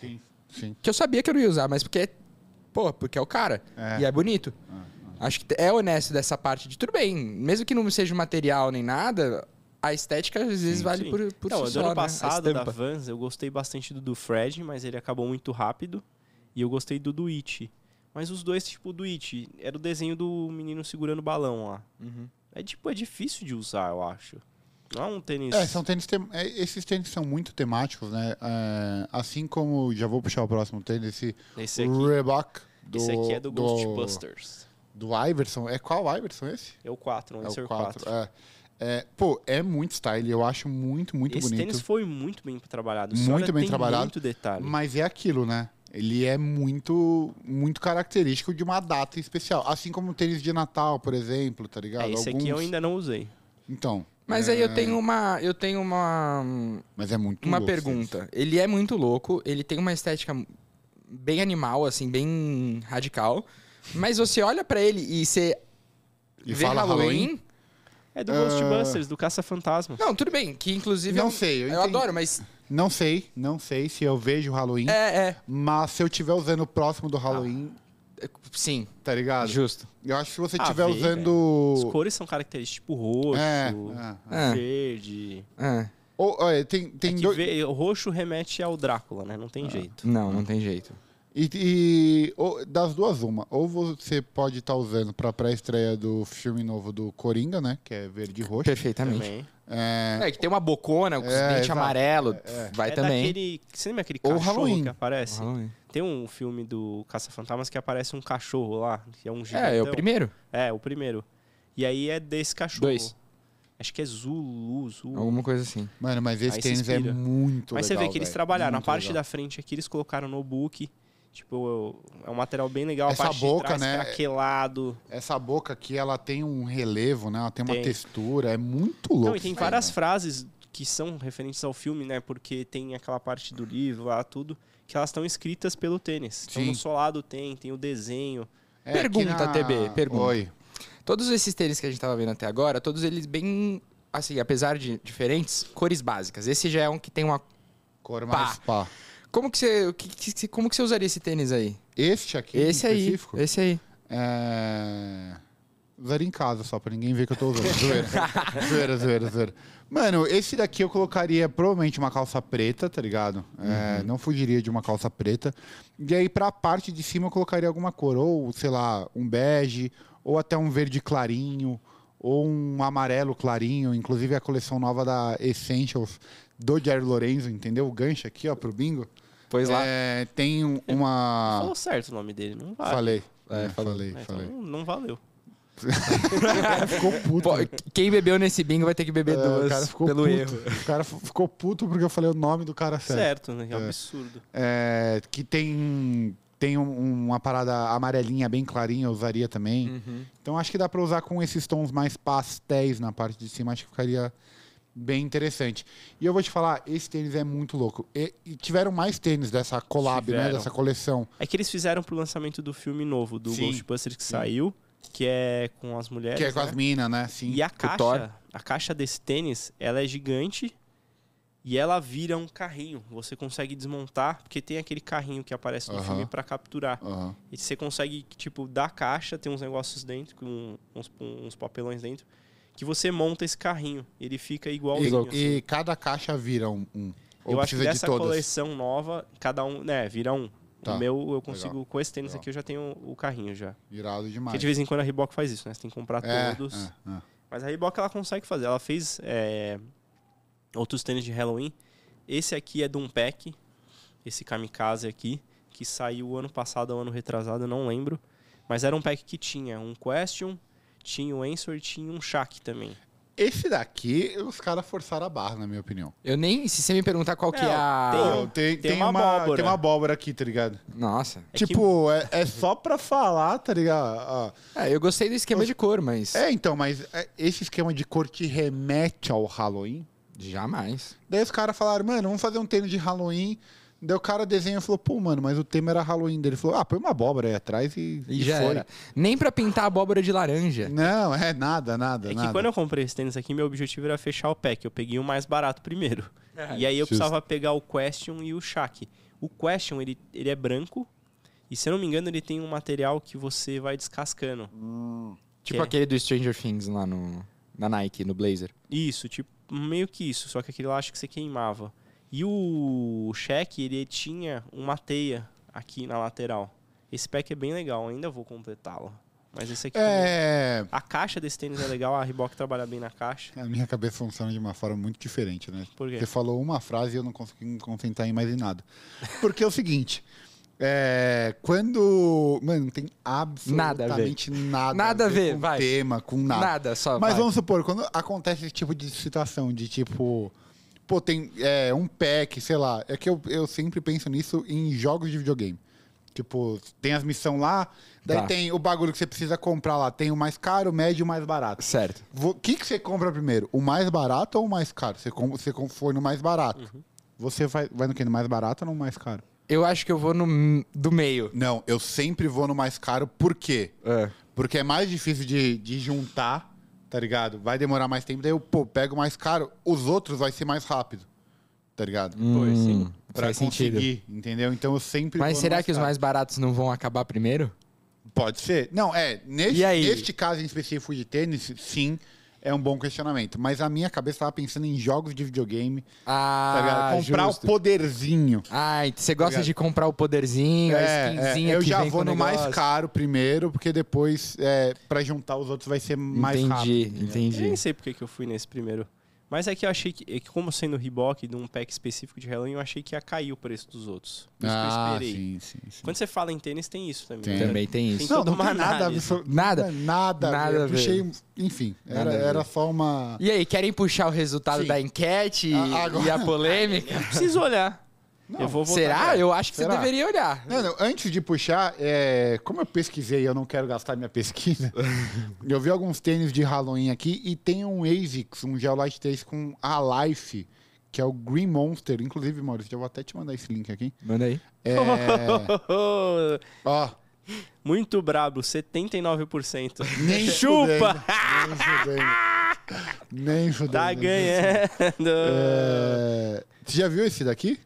Sim, sim.
Que eu sabia que eu não ia usar, mas porque é. Pô, porque é o cara.
É. ah.
E é bonito. Acho que é honesto dessa parte de tudo bem. Mesmo que não seja um material nem nada, a estética às vezes
Sim,
vale
sim.
por, por
Então,
si
do
só,
ano
né? A
passado da
estampa.
Vans, eu gostei bastante do do Fred, mas ele acabou muito rápido, e eu gostei do do It. Mas os dois, tipo, o do It, era o desenho do menino segurando o balão lá.
Uhum.
É tipo, é difícil de usar, eu acho. Não é um tênis...
É, são tênis tem- é, esses tênis são muito temáticos, né? É, assim como, já vou puxar o próximo tênis, esse
Esse aqui,
Reebok do,
esse aqui é do Ghostbusters.
do Iverson. É qual Iverson esse?
É o 4, um Lancer
é
4.
É. É, pô, é muito style, eu acho muito, muito
Esse
bonito.
tênis foi muito bem trabalhado.
Muito
Muito
bem
tem
trabalhado,
Muito detalhe.
Mas é aquilo, né? Ele é muito, muito característico de uma data especial. Assim como o tênis de Natal, por exemplo, tá ligado?
É, esse aqui eu ainda não usei.
Então.
Mas aí eu tenho uma. Eu tenho uma.
Mas é muito
Uma
louco esse
pergunta. Ele é muito louco, ele tem uma estética bem animal, assim, bem radical. Mas você olha pra ele e você
tênis. E fala Halloween?
É
Ah.
do Ghostbusters, do Caça-Fantasma.
Não, tudo bem, que inclusive.
Não
é um-
sei, eu
eu,
entendi.
adoro, mas.
Não sei, não sei se eu vejo Halloween.
É, é.
Mas se eu estiver usando o próximo do Halloween,
Sim,
tá ligado?
justo.
Eu acho que se você
Ah,
estiver
vê, As
usando.
cores são características, tipo roxo,
É, é,
é.
verde.
É.
Ou, olha, tem,
É
tem
que
dois.
vê- o roxo remete ao Drácula, né? Não tem jeito.
Não, não tem jeito.
E, e- ou- das duas, uma. Ou você pode estar usando pra pré-estreia do filme novo do Coringa, né? Que é verde e roxo.
Perfeitamente.
Também.
É,
É, que tem uma bocona, com os
É,
dentes
exato.
amarelo, vai
é
também.
Daquele, você lembra aquele
Ou
cachorro
Halloween.
que aparece?
Halloween.
Tem um filme do Caça-Fantasmas que aparece um cachorro lá, que é um gigantão.
É, é o primeiro.
É, o primeiro. E aí é desse cachorro.
Dois.
Acho que é Zulu, Zulu.
Alguma coisa assim.
Mano, mas esse
Aí se
tênis é
inspira.
muito
Mas
legal.
você vê que eles
velho.
trabalharam. a
Muito
parte
legal.
da frente aqui eles colocaram no book. Tipo, é um material bem legal.
Essa
a parte
boca,
de trás,
né?
craquelado.
Essa boca aqui, ela tem um relevo, né? Ela tem uma
Tem.
textura. É muito louco.
Não, e tem
velho.
várias frases que são referentes ao filme, né? Porque tem aquela parte do livro lá, tudo. que elas estão escritas pelo tênis. Então no
Sim.
solado tem, tem o desenho.
É, aqui
Pergunta, TB, pergunta.
Oi.
Todos esses tênis que a gente tava vendo até agora, todos eles bem, assim, apesar de diferentes, cores básicas. Esse já é um que tem uma...
Cor
Pá.
mais pá.
Como que você, o que- que- que- como que você usaria esse tênis aí?
Este aqui, em
esse aí,
específico,
esse aí.
É. Usaria em casa só, pra ninguém ver que eu tô usando. Zoeira. zoeira, zoeira, zoeira. Mano, esse daqui eu colocaria provavelmente uma calça preta, tá ligado? É, Não fugiria de uma calça preta. E aí, pra parte de cima, eu colocaria alguma cor. Ou, sei lá, um bege, ou até um verde clarinho, ou um amarelo clarinho. Inclusive, é a coleção nova da Essentials do Jair Lorenzo, entendeu? O gancho aqui, ó, pro bingo.
Pois lá.
É, tem um-
Falou
uma...
certo o nome dele, não vale.
Falei.
É,
É, falei,
É, então
falei.
não, não valeu.
Ficou puto.
Pô, quem bebeu nesse bingo vai ter que beber
É, o cara
duas
ficou
pelo
puto.
erro.
O cara f- ficou puto porque eu falei o nome do cara certo.
Certo, né? É um absurdo.
É, que tem, tem um- uma parada amarelinha bem clarinha, eu usaria também.
Uhum.
Então acho que dá pra usar com esses tons mais pastéis na parte de cima, acho que ficaria bem interessante. E eu vou te falar, esse tênis é muito louco. E, e tiveram mais tênis dessa collab, né?
Tiveram.
Dessa coleção.
É que eles fizeram pro lançamento do filme novo, do
Sim.
Ghostbusters que saiu, que é com as mulheres.
que é com
né?
as minas, né? Sim.
E a
Thor.
caixa, a caixa desse tênis, ela é gigante e ela vira um carrinho. Você consegue desmontar, porque tem aquele carrinho que aparece no
Aham.
filme pra capturar.
Aham.
E você consegue, tipo, da caixa, tem uns negócios dentro, com uns, uns papelões dentro, que você monta esse carrinho. Ele fica igualzinho. assim.
E, e cada caixa vira um. um. Ou
eu acho que
precisa de
dessa
todas.
coleção nova, cada um, né, vira um.
Tá.
O meu, eu consigo, com esse tênis
Legal.
aqui, eu já tenho o carrinho já.
Virado
Porque
demais.
de vez em quando a Reebok faz isso, né? Você tem que comprar
É,
todos.
é, é.
Mas a Reebok ela consegue fazer. Ela fez é, outros tênis de Halloween. Esse aqui é de um pack. Esse kamikaze aqui, que saiu ano passado ou ano retrasado, eu não lembro. Mas era um pack que tinha um Question, tinha o Answer e tinha um Shaq também.
Esse daqui, os caras forçaram a barra, na minha opinião.
Eu nem, se você me perguntar qual que
Não,
é a...
Tem- Ah. tem uma abóbora.
um, tem uma abóbora aqui, tá ligado?
um. Nossa.
É
tipo, é, é só pra falar, tá ligado? Ah,
É, eu gostei do esquema de cor, mas
É, então, mas é, esse esquema de cor te remete ao Halloween.
jamais.
Daí os caras falaram, mano, vamos fazer um tênis de Halloween. Daí o cara desenha e falou, pô, mano, mas o tema era Halloween. Daí ele falou, ah, põe uma abóbora aí atrás e,
E já era. Nem pra pintar a abóbora de laranja.
Não, é nada, nada,
É
nada.
que quando eu comprei esse tênis aqui, meu objetivo era fechar o pack. Eu peguei o mais barato primeiro.
É,
e aí eu
justo.
precisava pegar o Question e o Shaq. O Question, ele, ele é branco. E se eu não me engano, ele tem um material que você vai descascando.
Tipo
Que é?
aquele do Stranger Things lá no, na Nike, no Blazer.
Isso, tipo, meio que isso, só que aquele lá acho que você queimava. E o cheque, ele tinha uma teia aqui na lateral. Esse pack é bem legal, ainda vou completá-lo. Mas esse aqui. também-
É...
A caixa desse tênis é legal, a Reebok trabalha bem na caixa.
A minha cabeça funciona de uma forma muito diferente, né?
Por quê?
Você falou uma frase e eu não consegui me concentrar em mais em nada. Porque é o seguinte. é, quando. Mano, não tem absolutamente nada,
Nada a ver,
com
vai.
tema, com
Nada,
nada.
só
Mas
vai.
vamos supor, quando acontece esse tipo de situação de tipo. Pô, tem é, um pack, sei lá. É que eu, eu sempre penso nisso em jogos de videogame. Tipo, tem as missões lá, daí
Tá.
tem o bagulho que você precisa comprar lá. Tem o mais caro, o médio e o mais barato.
Certo.
O que, que você compra primeiro? O mais barato ou o mais caro? Você, com, você com- foi no mais barato.
Uhum.
Você vai, vai no que? No mais barato ou no mais caro?
Eu acho que eu vou no m- do meio.
Não, eu sempre vou no mais caro. Por quê?
É.
Porque é mais difícil de, de juntar, tá ligado? Vai demorar mais tempo. Daí eu, pô, pego o mais caro. Os outros vai ser mais rápido, tá ligado?
Pois, sim.
Pra
Hum, faz sentido.
conseguir, entendeu? Então eu sempre
Mas
vou no
será que os
caro.
mais baratos não vão acabar primeiro?
Pode ser. Não, é. Neste,
E aí?
neste caso em específico de tênis, sim, é um bom questionamento. Mas a minha cabeça tava pensando em jogos de videogame,
Ah,
tá ligado? Comprar
justo.
o poderzinho.
Ah, ent- você gosta
Tá ligado?
de comprar o poderzinho, a
É, é,
skinzinha
eu
que
já
vem
vou
com o
no mais
negócio.
caro primeiro, porque depois, é, para juntar os outros, vai ser mais rápido. É
entendi,
Eu nem
entendi.
sei porque que eu fui nesse primeiro. Mas é que eu achei que, é que como sendo Reebok de um pack específico de Halloween, eu achei que ia cair o preço dos outros. Por isso que eu
Ah,
esperei.
sim, sim, sim.
Quando você fala em tênis, tem isso também.
Tem.
né?
Também tem isso.
Tem
Não,
toda
não
uma
tem nada,
análise.
absor-
Nada?
não é Nada,
Nada
eu
a ver.
puxei, um, enfim,
Nada
era,
a ver.
era só uma...
E aí, querem puxar o resultado
Sim.
da enquete e-
Ah, agora-
e a polêmica?
Preciso olhar.
Não,
eu vou voltar
Será?
atrás.
Eu acho que
Será?
você deveria olhar.
Não, não, antes de puxar, é, como eu pesquisei e eu não quero gastar minha pesquisa, eu vi alguns tênis de Halloween aqui e tem um ASICS, um Geolite 3 com a Life, que é o Green Monster. Inclusive, Maurício, já vou até te mandar esse link aqui.
Manda aí.
É, ó,
Muito brabo, 79%.
nem
Chupa!
fudendo, Nem fudendo. Nem
um assim.
fudendo.
Tá ganhando!
É, Você já viu esse daqui?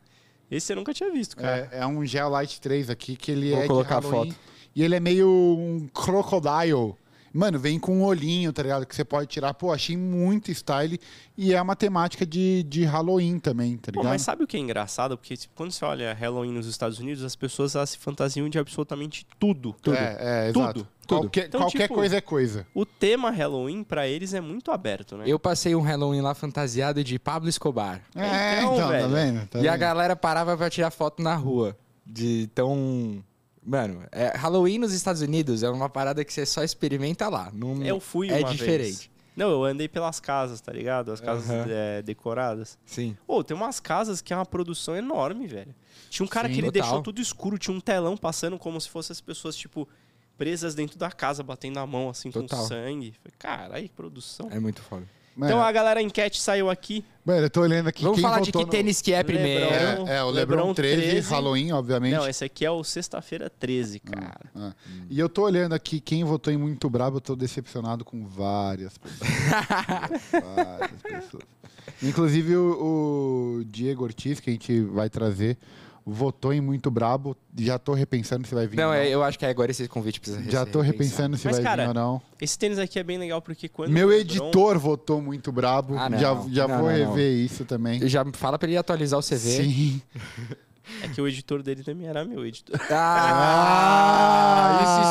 Esse eu nunca tinha visto, cara.
tá
É, é um Geolite 3 aqui que ele
Vou
é de
colocar a
Halloween,
foto.
E ele é meio um crocodile. Mano, vem com um olhinho, tá ligado? Que você pode tirar. Pô, achei muito style. E é uma temática de, de Halloween também, tá
Pô,
ligado?
mas sabe o que é engraçado? Porque tipo, quando você olha Halloween nos Estados Unidos, as pessoas elas se fantasiam de absolutamente tudo.
É, é,
Tudo,
exato.
tudo.
Qualquer,
Então,
qualquer
tipo-
coisa é coisa.
O tema Halloween, pra eles, é muito aberto, né?
Eu passei um Halloween lá fantasiado de Pablo Escobar.
É,
Então,
então, tá
velho.
vendo? Tá
e a
vendo?
galera parava pra tirar foto na rua. De tão. Mano, é, Halloween nos Estados Unidos é uma parada que você só experimenta lá. Não,
Eu fui
É
uma vez.
diferente.
Não, eu andei pelas casas, tá ligado? As casas
Aham.
é, decoradas.
Sim.
Ô, tem umas casas que é uma produção enorme, velho. Tinha um cara
Sim,
que ele
total.
deixou tudo escuro, tinha um telão passando como se fossem as pessoas, tipo, presas dentro da casa, batendo a mão, assim,
Total.
com sangue. Falei, Caralho, que produção.
É muito foda.
Mano,
Então a galera a enquete saiu aqui.
mano, eu tô olhando aqui.
Vamos
quem
falar de
votou
que
no-
tênis que é
Lebron.
primeiro.
É, é, o Lebron,
Lebron
13,
13.
Halloween, obviamente.
Não, esse aqui é o Sexta-feira 13, cara.
Ah. E eu tô olhando aqui quem votou em Muito Brabo, eu tô decepcionado com várias pessoas. várias pessoas. Inclusive o, o Diego Ortiz, que a gente vai trazer, votou em Muito Brabo. Já tô repensando se vai vir
Não,
ou
é, eu acho que agora esse convite precisa
não. Já
ser
tô
repensado.
repensando se
Mas,
vai
cara,
vir ou não.
Esse tênis aqui é bem legal porque quando.
Meu
o Lebron-
editor votou Muito Brabo.
Ah, não.
já já
Não,
vou
não, não.
rever isso também.
Já fala pra ele atualizar o CV.
Sim.
É que o editor dele também era meu editor.
Ah, isso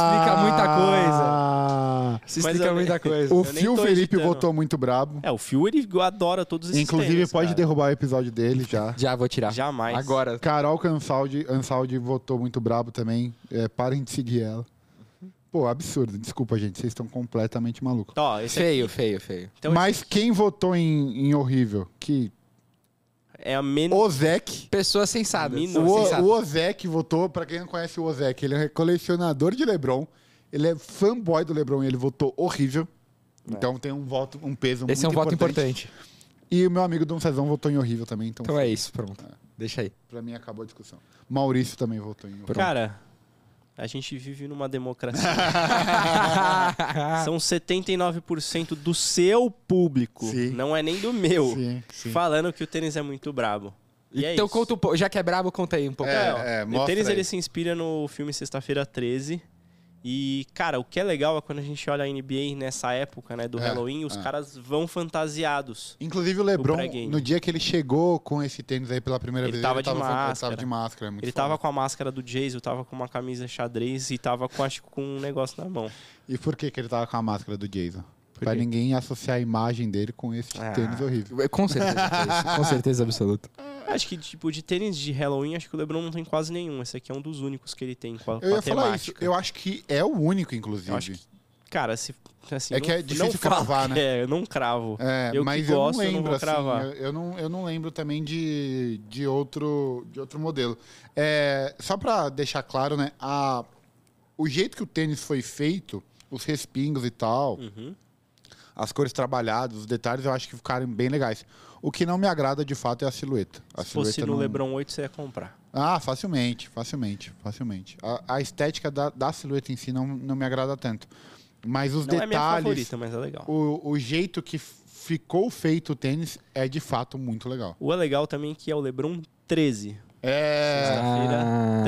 explica muita coisa.
coisa.
Isso
Mas
explica
eu-
muita coisa.
O
nem
Fio
tô
Felipe
editando.
votou muito brabo.
É, o Phil ele adora todos esses
Inclusive,
tênis,
pode
cara.
derrubar o episódio dele já.
Já vou tirar.
Jamais.
Agora.
Carol Cansaldi, Ansaldi votou muito brabo também. É, parem de seguir ela. Pô, absurdo. Desculpa, gente. Vocês estão completamente malucos.
Então, Ó, esse aqui
Feio, feio, feio.
Então,
Mas quem votou em, em horrível? Que
é a menos.
Ozek.
Pessoas sensadas.
O,
Menino.
o
sensatas.
Ozek votou, pra quem não conhece o Ozek, ele é colecionador de Lebron. Ele é fanboy do Lebron e ele votou horrível. Então tem um voto, um peso
É. Esse é um
muito
voto importante.
E o meu amigo Dom Cezão votou em horrível também, então,
Então é isso, pronto. Deixa aí.
pra mim acabou a discussão. Maurício também votou em horrível.
Cara, a gente vive numa democracia. Ah,
Ah.
São 79% do seu público.
Sim.
Não é nem do meu.
Sim, sim.
Falando que o tênis é muito brabo. E é
então
isso.
conta um pouco. Já que é brabo, conta aí um pouco.
É,
ó,
é,
o
mostra
tênis
aí.
ele se inspira no filme Sexta-feira 13. E, cara, o que é legal é quando a gente olha a NBA nessa época, né, do
É,
Halloween, os
é.
caras vão fantasiados.
Inclusive o
O
LeBron,
pré-game.
no dia que ele chegou com esse tênis aí pela primeira
Ele
vez,
tava
ele
de
tava, fan- ele tava
máscara.
de máscara. é muito
Ele
foda.
tava com a máscara do Jason, tava com uma camisa xadrez e tava com, acho que com um negócio na mão.
E por que, que ele tava com a máscara do Jason? Pra
quê?
ninguém associar a imagem dele com esse
Ah.
tênis horrível.
Com certeza, é isso. com certeza absoluta.
Acho que, tipo, de tênis de Halloween, acho que o LeBron não tem quase nenhum. Esse aqui é um dos únicos que ele tem com a,
Eu
com a
ia falar isso.
temática.
Eu acho que é o único, inclusive.
Eu acho Cara, se, assim,
É que
não-
é difícil
não fala
cravar,
que
né?
É, eu não cravo.
É,
Eu que
mas
gosto, eu não
eu não lembro,
vou
assim,
cravar.
eu, eu não, eu não lembro também de, de, outro, de outro modelo. É, só pra deixar claro, né, a, o jeito que o tênis foi feito, os respingos e tal,
Uhum.
as cores trabalhadas, os detalhes, eu acho que ficaram bem legais. O que não me agrada, de fato, é a silhueta. A
Se fosse
silhueta
no
não-
LeBron 8, você ia comprar.
Ah, facilmente, facilmente, facilmente. A, a estética da, da silhueta em si não, não me agrada tanto. Mas os
não é minha
detalhes,
favorita, mas é legal.
o, o jeito que f- ficou feito o tênis é de fato muito legal.
O é legal também é que é o LeBron 13.
É.
Sexta-feira,
Ah,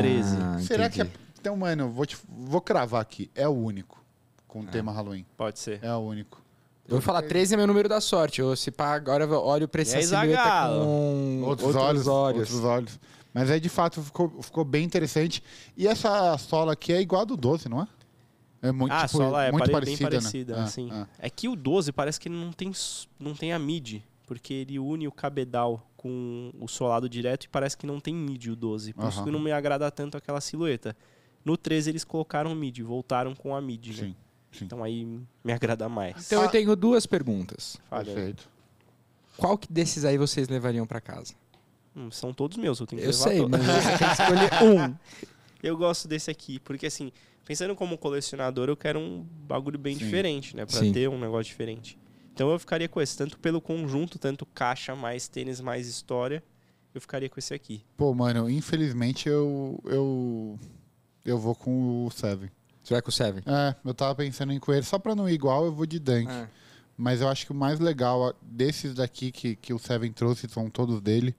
13.
Será que é. Então, mano, vou, te- vou cravar aqui. É o único com o tema Halloween.
Pode ser.
É o único.
Eu vou falar 13 é meu número da sorte. Ou se pá, agora eu olho pra essa
E aí,
silhueta
Zagalo?
tá com
Outros, olhos, Outros olhos. Mas é de fato, ficou, ficou bem interessante. E essa sola aqui é igual a do 12, não é? É muito,
ah,
tipo,
só lá é
muito
pare-
parecida,
bem parecida,
né? É,
assim.
é.
É que o 12 parece que ele não tem, s- não tem a mid, porque ele une o cabedal com o solado direto e parece que não tem mid o 12. Por isso
Aham.
que não me agrada tanto aquela silhueta. No 13 eles colocaram mid, voltaram com a mid, né?
Sim, sim.
Então aí me agrada mais.
Então
Ah.
eu tenho duas perguntas.
Fala aí.
Perfeito.
Qual que desses aí vocês levariam pra casa?
Hum, são todos meus, eu tenho que
Eu
levar
sei,
todos.
mas você tem que escolher um.
Eu gosto desse aqui, porque assim, pensando como colecionador, eu quero um bagulho bem
Sim.
diferente, né? Pra
Sim.
ter um negócio diferente. Então eu ficaria com esse, tanto pelo conjunto, tanto caixa mais tênis mais história, eu ficaria com esse aqui.
Pô, mano, infelizmente eu. Eu, eu vou com o Seven.
Você vai com o Seven?
É, eu tava pensando em coelho. Só pra não ir igual, eu vou de Dunk.
Ah.
Mas eu acho que o mais legal a- desses daqui que, que o Seven trouxe, são todos dele,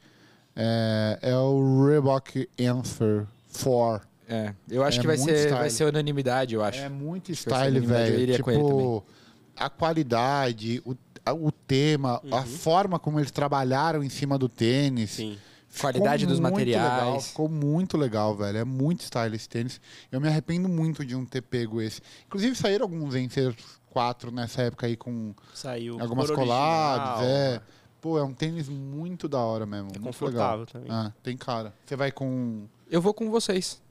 é, é o Reebok Answer 4.
É, eu acho
É
que vai
muito
ser,
style.
vai ser unanimidade, eu acho.
É muito
Acho que vai ser
style,
unanimidade, eu
velho.
iria com ele
Tipo, a qualidade, o, a- o tema,
Uhum.
a forma como eles trabalharam em cima do tênis.
Sim.
Ficou
Qualidade dos
muito
materiais.
legal, ficou muito legal, velho. É muito style esse tênis. Eu me arrependo muito de não ter pego esse. Inclusive, saíram alguns Encer 4 nessa época aí com
Saiu
algumas
cor
collabs.
original,
É. Pô, é um tênis muito da hora mesmo.
É
muito
confortável também.
legal. Ah, tem cara. Você vai com. um-
Eu vou com vocês.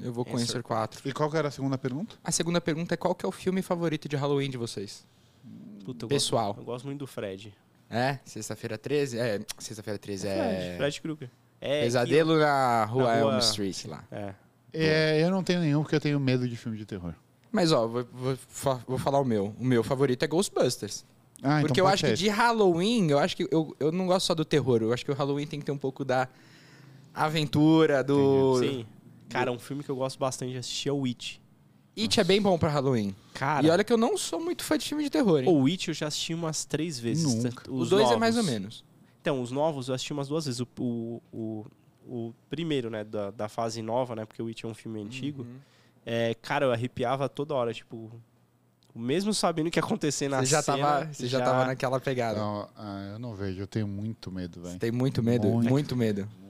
Eu vou com
Answer
Answer 4.
E qual que era a segunda pergunta?
A segunda pergunta é qual que é o filme favorito de Halloween de vocês?
Puta, eu
Pessoal.
Gosto, eu gosto muito do Fred.
É, sexta-feira 13? É, sexta-feira 13
Fred,
é...
Fred Krueger. É,
Pesadelo na rua,
na rua-
Elm Street lá.
que- É.
É, eu não tenho nenhum porque eu tenho medo de filme de terror.
Mas ó, vou, vou fa- vou falar o meu. O meu favorito é Ghostbusters.
Ah,
Porque eu acho que de Halloween, eu acho que eu, eu não gosto só do terror. Eu acho que o Halloween tem que ter um pouco da aventura, do.
Sim. Cara, um filme que eu gosto bastante de assistir é o Witch.
It é bem bom pra Halloween.
Cara,
E olha que eu não sou muito fã de filme de terror, hein?
o Witch eu já assisti umas três vezes.
Nunca.
tanto-
Os, dois é
novos.
mais ou menos.
Então, os novos eu assisti umas duas vezes. O, o, o, o primeiro, né, da, da fase nova, né, porque o Witch é um filme
Uhum.
antigo. É, cara, eu arrepiava toda hora, tipo... Mesmo sabendo o que ia acontecer na
Você já,
cena...
tava, você já tava naquela pegada.
Não, ah, eu não vejo, eu tenho muito medo,
Você
velho.
tem muito medo,
Muito.
muito medo.
Muito medo.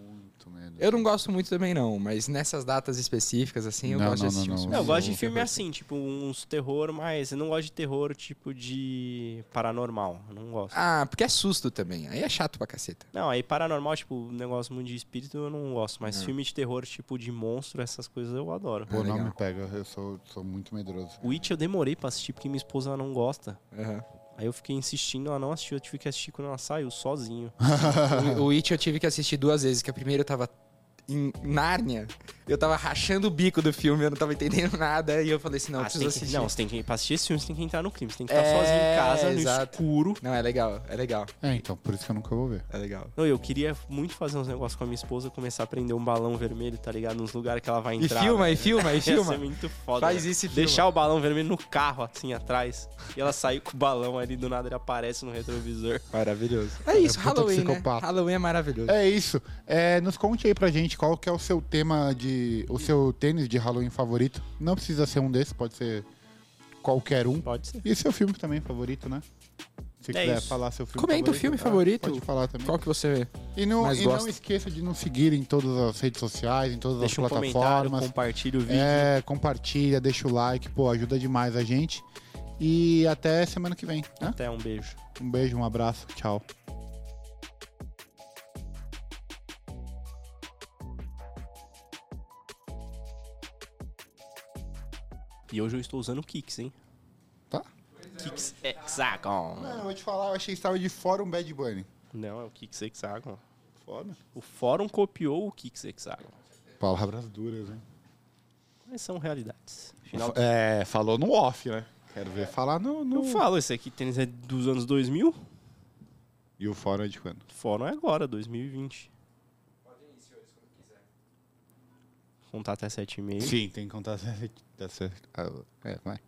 Eu não gosto muito também, não, mas nessas datas específicas, assim, eu
Não,
gosto
não,
de assistir
não,
uns
não.
Não, eu
filmes
gosto de
terror.
filme assim, tipo uns terror, mas eu não gosto de terror tipo de paranormal. Eu não gosto.
Ah, porque é susto também. Aí é chato pra caceta.
Não, aí paranormal, tipo, negócio muito de espírito, eu não gosto. Mas
É.
filme de terror, tipo, de monstro, essas coisas eu adoro.
Pô,
Ah,
não
legal.
me pega, eu sou, sou muito medroso.
O It eu demorei pra assistir porque minha esposa não gosta.
Aham.
Aí eu fiquei insistindo, ela não assistiu, eu tive que assistir quando ela saiu, sozinho.
Ah, O, o It eu tive que assistir duas vezes, que a primeira eu tava em Nárnia, eu tava rachando o bico do filme, eu não tava entendendo nada, e eu falei assim, não, eu
Ah, você
preciso
tem que,
assistir.
não, você tem que, pra assistir esse filme, você tem que entrar no clima. Você tem que estar
É,
sozinho em casa, no
exato.
escuro.
Não, é legal, é legal,
É, então, por isso que eu nunca vou ver.
é legal.
Não, eu queria muito fazer uns negócios com a minha esposa, começar a prender um balão vermelho, tá ligado? Nos lugares que ela vai
E
entrar. né?
filma, e filma, e
Ia
filma.
ser é muito foda.
Faz
velho.
isso e filma.
Deixar o balão vermelho no carro, assim, atrás. E ela sair com o balão ali, do nada ele aparece no retrovisor.
Maravilhoso. É isso,
puta
Halloween, né?
psicopata.
Halloween é maravilhoso.
É isso. É, nos conte aí pra gente qual que é o seu tema de. o seu tênis de Halloween favorito. Não precisa ser um desses, pode ser qualquer um.
Pode ser.
E seu filme também favorito, né? Se
É
quiser
isso.
falar seu filme
Comenta o
favorito.
filme
tá?
favorito.
Pode falar também.
Qual que você...
E, não,
mais
e não
gosta?
esqueça de nos seguir em todas as redes sociais, em todas
Deixa um
as
comentário,
plataformas.
compartilha o vídeo.
É, compartilha, deixa o like, pô, ajuda demais a gente. E até semana que vem. Né?
Até um beijo.
Um beijo, um abraço, tchau.
E hoje eu estou usando Kicks, hein?
Tá?
Kicks Hexagon.
Mano, eu vou te falar, eu achei que estava de fora um Bad Bunny.
Não, é o Kicks Hexagon.
Foda.
O fórum copiou o Kicks Hexagon.
Palavras duras, né?
Mas são realidades.
É, falou no off, né? Quero ver falar no. no-
Eu falo, esse aqui tênis é dos anos 2000?
E o fora de quando?
Fórum é agora, 2020. Contar até 7,5.
Sim, tem que contar. até- até- É, vai.